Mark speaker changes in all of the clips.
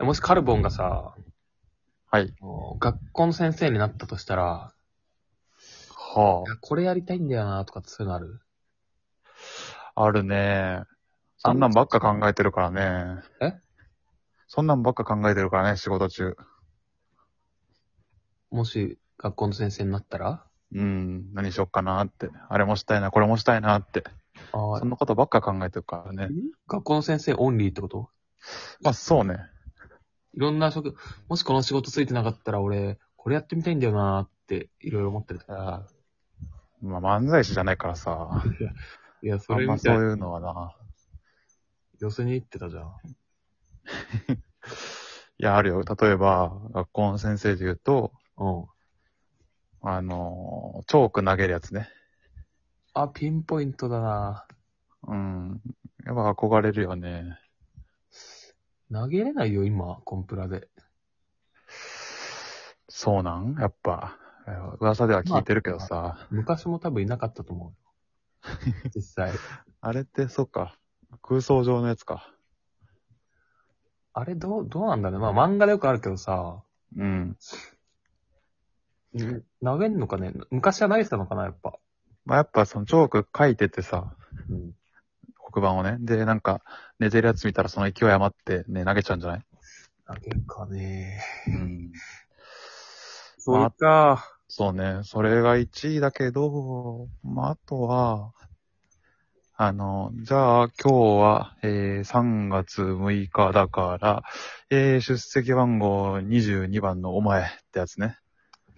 Speaker 1: もしカルボンがさ、
Speaker 2: はい。
Speaker 1: もう学校の先生になったとしたら、
Speaker 2: はい
Speaker 1: やこれやりたいんだよなとかってそういうのある
Speaker 2: あ。あるね。そんなんばっか考えてるからね。
Speaker 1: え
Speaker 2: そんなんばっか考えてるからね、仕事中。
Speaker 1: もし学校の先生になったら
Speaker 2: うん、何しよっかなって。あれもしたいな、これもしたいなって。
Speaker 1: ああ
Speaker 2: そんなことばっか考えてるからね。
Speaker 1: 学校の先生オンリーってこと
Speaker 2: まあそうね。
Speaker 1: いろんな職、もしこの仕事ついてなかったら俺、これやってみたいんだよなっていろいろ思ってる。
Speaker 2: あまあ漫才師じゃないからさ。
Speaker 1: いや、そ
Speaker 2: あん
Speaker 1: れ
Speaker 2: ま
Speaker 1: み
Speaker 2: そ
Speaker 1: た
Speaker 2: う
Speaker 1: いに
Speaker 2: いうのはな。
Speaker 1: 寄せに行ってたじゃん。
Speaker 2: いや、あるよ。例えば、学校の先生で言うと、
Speaker 1: うん。
Speaker 2: あのー、チョーク投げるやつね。
Speaker 1: あ、ピンポイントだな
Speaker 2: うん。やっぱ憧れるよね。
Speaker 1: 投げれないよ、今、コンプラで。
Speaker 2: そうなんやっぱ。えー噂では聞いてるけどさ。
Speaker 1: 昔も多分いなかったと思う よ。実際。
Speaker 2: あれって、そっか。空想上のやつか。
Speaker 1: あれ、どう、どうなんだね。まあ、漫画でよくあるけどさ、
Speaker 2: うん。
Speaker 1: 投げんのかね昔は投げてたのかな、やっぱ。
Speaker 2: まあ、やっぱそのチョーク書いててさ、
Speaker 1: うん。
Speaker 2: 黒板をね。で、なんか、寝てるやつ見たらその勢い余ってね、投げちゃうんじゃない
Speaker 1: 投げるかね。
Speaker 2: うん。
Speaker 1: そういった、
Speaker 2: そうね。それが1位だけど、まあ、あとは、あの、じゃあ今日は、えー、3月6日だから、えー、出席番号22番のお前ってやつね。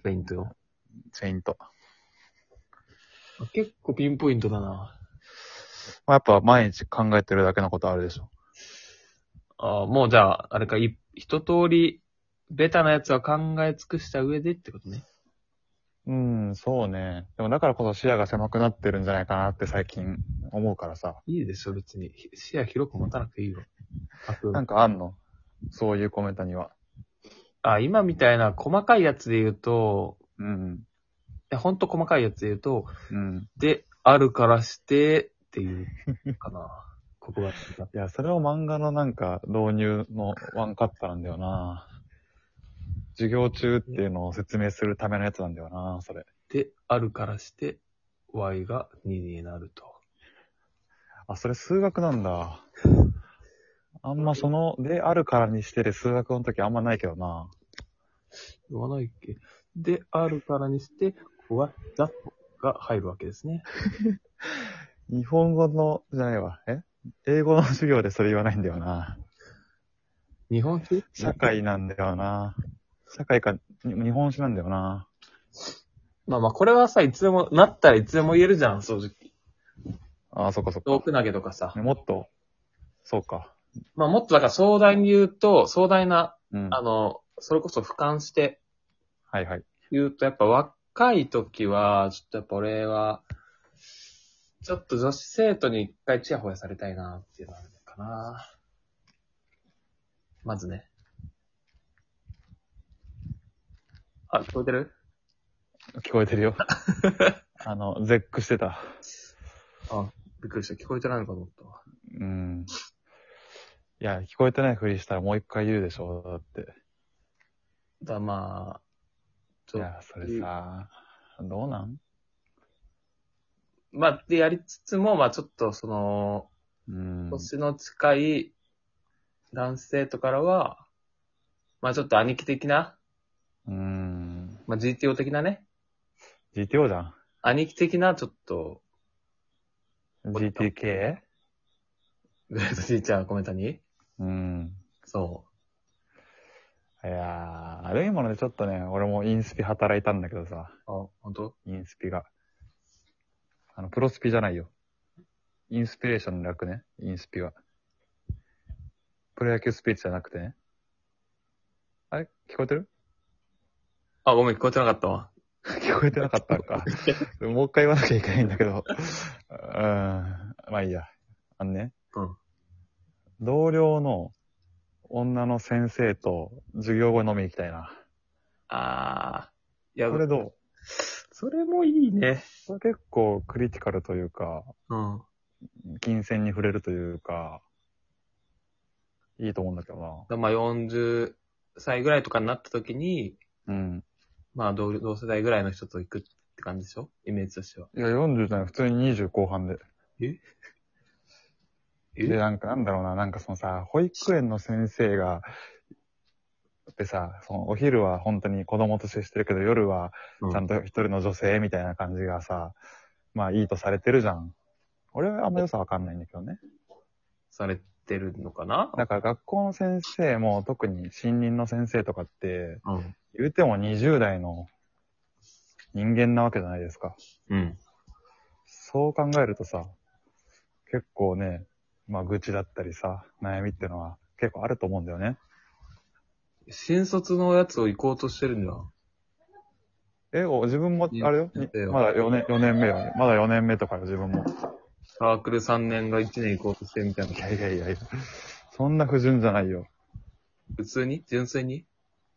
Speaker 1: ペイントよ。
Speaker 2: セイント。
Speaker 1: 結構ピンポイントだな。
Speaker 2: まあ、やっぱ毎日考えてるだけのことあるでしょ。
Speaker 1: あもうじゃあ、あれか、い一通り、ベタなやつは考え尽くした上でってことね。
Speaker 2: うん、そうね。でもだからこそ視野が狭くなってるんじゃないかなって最近思うからさ。
Speaker 1: いいでしょ、別に。ひ視野広く持たなくていいよ。あと
Speaker 2: なんかあんのそういうコメントには。
Speaker 1: あ、今みたいな細かいやつで言うと、
Speaker 2: うん。
Speaker 1: えほんと細かいやつで言うと、
Speaker 2: うん。
Speaker 1: で、あるからして、っていう、か な。ここが。
Speaker 2: いや、それを漫画のなんか導入のワンカットなんだよな。授業中っていうのを説明するためのやつなんだよな、それ。
Speaker 1: で、あるからして、y が2になると。
Speaker 2: あ、それ数学なんだ。あんまその、であるからにしてで数学の時あんまないけどな。
Speaker 1: 言わないっけで、あるからにして、ここは、だが入るわけですね。
Speaker 2: 日本語の、じゃないわ。え英語の授業でそれ言わないんだよな。
Speaker 1: 日本史
Speaker 2: 社。会なんだよな。社会か、に日本史なんだよな。
Speaker 1: まあまあ、これはさ、いつでも、なったらいつでも言えるじゃん、正直。
Speaker 2: あ、そっかそっ
Speaker 1: 遠
Speaker 2: か。
Speaker 1: く投げとかさ。
Speaker 2: もっと、そうか。
Speaker 1: まあもっとだから壮大に言うと、壮大な、
Speaker 2: うん。
Speaker 1: あ
Speaker 2: は
Speaker 1: の、それこそ俯瞰して、
Speaker 2: いはい。
Speaker 1: 言うと、やっぱ若い時は、ちょっとやっぱ俺は、ちょっと女子生徒に一回チヤホヤされたいなっていうのはあるかな。まずね。あ、聞こえてる
Speaker 2: 聞こえて るよ。あの、絶句してた。
Speaker 1: あ、びっくりした。聞こえてないのかと思ったわ。
Speaker 2: うん。いや、聞こえてないふりしたらもう一回言うでしょ、だって。
Speaker 1: だ、まあ、ち
Speaker 2: い
Speaker 1: ょっ
Speaker 2: や、それさ、どうなん
Speaker 1: と、まあ、でやりつつも、まあちょっとその、
Speaker 2: うん。
Speaker 1: 年の近い男子生徒からは、まあちょっと兄貴的な、
Speaker 2: うん。
Speaker 1: まあ GTO 的なね、
Speaker 2: GTO じゃん。
Speaker 1: 兄貴的な、ちょっと、
Speaker 2: GTK?
Speaker 1: グレートティーチャーコメントに
Speaker 2: うん。
Speaker 1: そ
Speaker 2: いやー、悪いものでちょっとね、俺もインスピ働いたんだけどさ、
Speaker 1: う。あ、本当？
Speaker 2: インスピが。あの、プロスピじゃないよ。インスピレーションの略ね、インスピは。プロ野球スピーチじゃなくてね。あれ聞こえてる
Speaker 1: あ、ごめん、聞こえてなかったわ。
Speaker 2: 聞こえてなかった のか。もう一回言わなきゃいけないんだけど。うーん。まあいいや。あのね。
Speaker 1: うん
Speaker 2: 同僚の女の先生と授業後飲み行きたいな。
Speaker 1: あー。いや、
Speaker 2: これどう
Speaker 1: それもいいね。
Speaker 2: これ結構クリティカルというか、
Speaker 1: うん。
Speaker 2: 金銭に触れるというか、いいと思うんだけど
Speaker 1: まあ40歳ぐらいとかになった時に、
Speaker 2: な。うん。
Speaker 1: まあ同同世代ぐらいの人と行くって感じでしょイメージとしては。
Speaker 2: いや、40じゃない、普通に20後半で。で、なんか、なんだろうな、なんかそのさ、保育園の先生が、でさ、そのお昼は本当に子供と接してるけど、夜は
Speaker 1: うん
Speaker 2: ちゃんと一人の女性みたいな感じがさ、まあいいとされてるじゃん。俺はあんま良さわかんないんだけどね。
Speaker 1: されてるのかな
Speaker 2: だから学校の先生も特に新任の先生とかって、
Speaker 1: うん。
Speaker 2: 言うても20代の人間なわけじゃないですか。
Speaker 1: うん。
Speaker 2: そう考えるとさ、結構ね、まあ愚痴だったりさ、悩みってのは結構あると思うんだよね。
Speaker 1: 新卒のやつを行こうとしてるんだ。
Speaker 2: え、お自分も
Speaker 1: い、や
Speaker 2: あれよ、
Speaker 1: やってよ
Speaker 2: まだ4年、四年目よ、まだ4年目とかよ、自分も。。
Speaker 1: サークル3年が1年行こうとしてるみたいない
Speaker 2: やいやいやいや、そんな不純じゃないよ。
Speaker 1: 普通に純粋に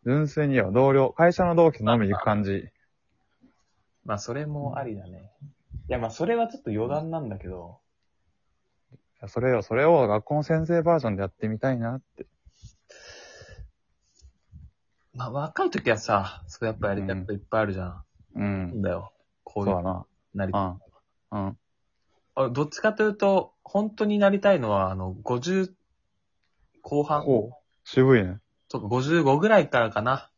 Speaker 2: 純粋によ、同僚、会社の同期と飲みに行く感じ。
Speaker 1: まあそれもありだね。いやまあそれはちょっと余談なんだけど、
Speaker 2: それよ、それを学校の先生バージョンでやってみたいなって。
Speaker 1: まあ若い時はさ、そうやっぱやりたいこといっぱいあるじゃん。
Speaker 2: う
Speaker 1: なん
Speaker 2: ん。
Speaker 1: だよ。こ
Speaker 2: そうう
Speaker 1: い
Speaker 2: だ
Speaker 1: う、
Speaker 2: な。
Speaker 1: なりたい。
Speaker 2: うん。うん。
Speaker 1: あどっちかというと、本当になりたいのは、あの、50後半
Speaker 2: おう渋いね。
Speaker 1: とか55ぐらいからかな。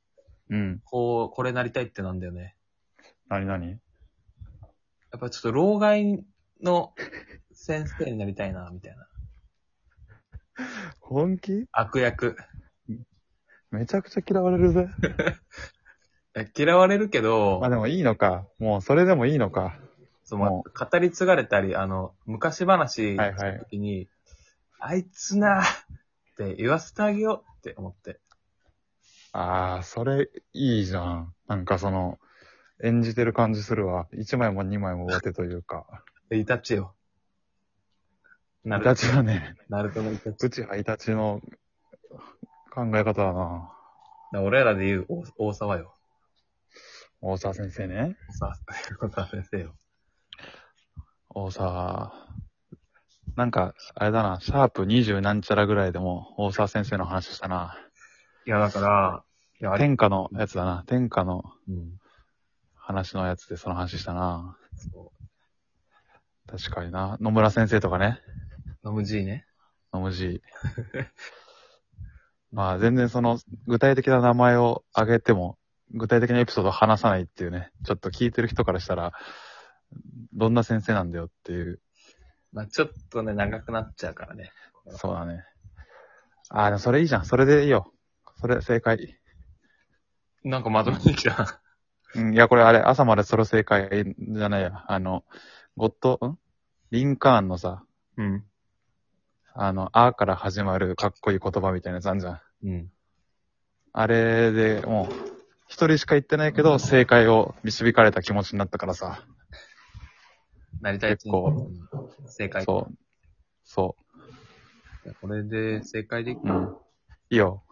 Speaker 2: うん。
Speaker 1: こう、これなりたいってなんだよね。
Speaker 2: なになに
Speaker 1: やっぱちょっと老害の先生になりたいな、 みたいな。
Speaker 2: 本気
Speaker 1: 悪役。
Speaker 2: めちゃくちゃ嫌われるぜ。
Speaker 1: いや嫌われるけど、
Speaker 2: まあでもいいのか。もうそれでもいいのか。
Speaker 1: その
Speaker 2: も
Speaker 1: 語り継がれたり、あの、昔話
Speaker 2: はいはい
Speaker 1: の時に、あいつなって言わせてあげようって思って。
Speaker 2: ああ、それいいじゃん。なんかその、演じてる感じするわ。一枚も二枚も上手というか。
Speaker 1: イタチよ。な
Speaker 2: イ
Speaker 1: る
Speaker 2: タチはね、
Speaker 1: ナルトのイタチ。
Speaker 2: うちはイタチの考え方だな。
Speaker 1: だから俺らで言う大大沢よ。
Speaker 2: 大沢先生ね。
Speaker 1: 大沢、大沢先生よ。
Speaker 2: 大沢。なんか、あれだな、シャープ二十なんちゃらぐらいでも大沢先生の話したな。
Speaker 1: いや、だから、いや、あれ、
Speaker 2: 天下のやつだな。天下の
Speaker 1: うん。
Speaker 2: 話のやつでその話したな。
Speaker 1: そ
Speaker 2: 確かにな。野村先生とかね。
Speaker 1: う。飲む G ね。
Speaker 2: のむじい。まあ全然その具体的な名前を挙げても、具体的なエピソードを話さないっていうね、ちょっと聞いてる人からしたら、どんな先生なんだよっていう、
Speaker 1: まあちょっとね、長くなっちゃうからね。
Speaker 2: そうだね。ああ、でもそれいいじゃん。それでいいよ。それ正解。
Speaker 1: なんかまとめてきた。
Speaker 2: うん、いや、これあれ、朝までそれ正解じゃないや。あの、ゴッド、んリンカーンのさ、
Speaker 1: うん。
Speaker 2: あの、あーから始まるかっこいい言葉みたいなやつあんじゃん。
Speaker 1: うん。
Speaker 2: あれでもう、一人しか言ってないけど、正解を導かれた気持ちになったからさ。
Speaker 1: なりたい。
Speaker 2: 結構
Speaker 1: うん。正解。
Speaker 2: そう。そ
Speaker 1: これで正解でき
Speaker 2: う。う
Speaker 1: た。
Speaker 2: ん。いいよ。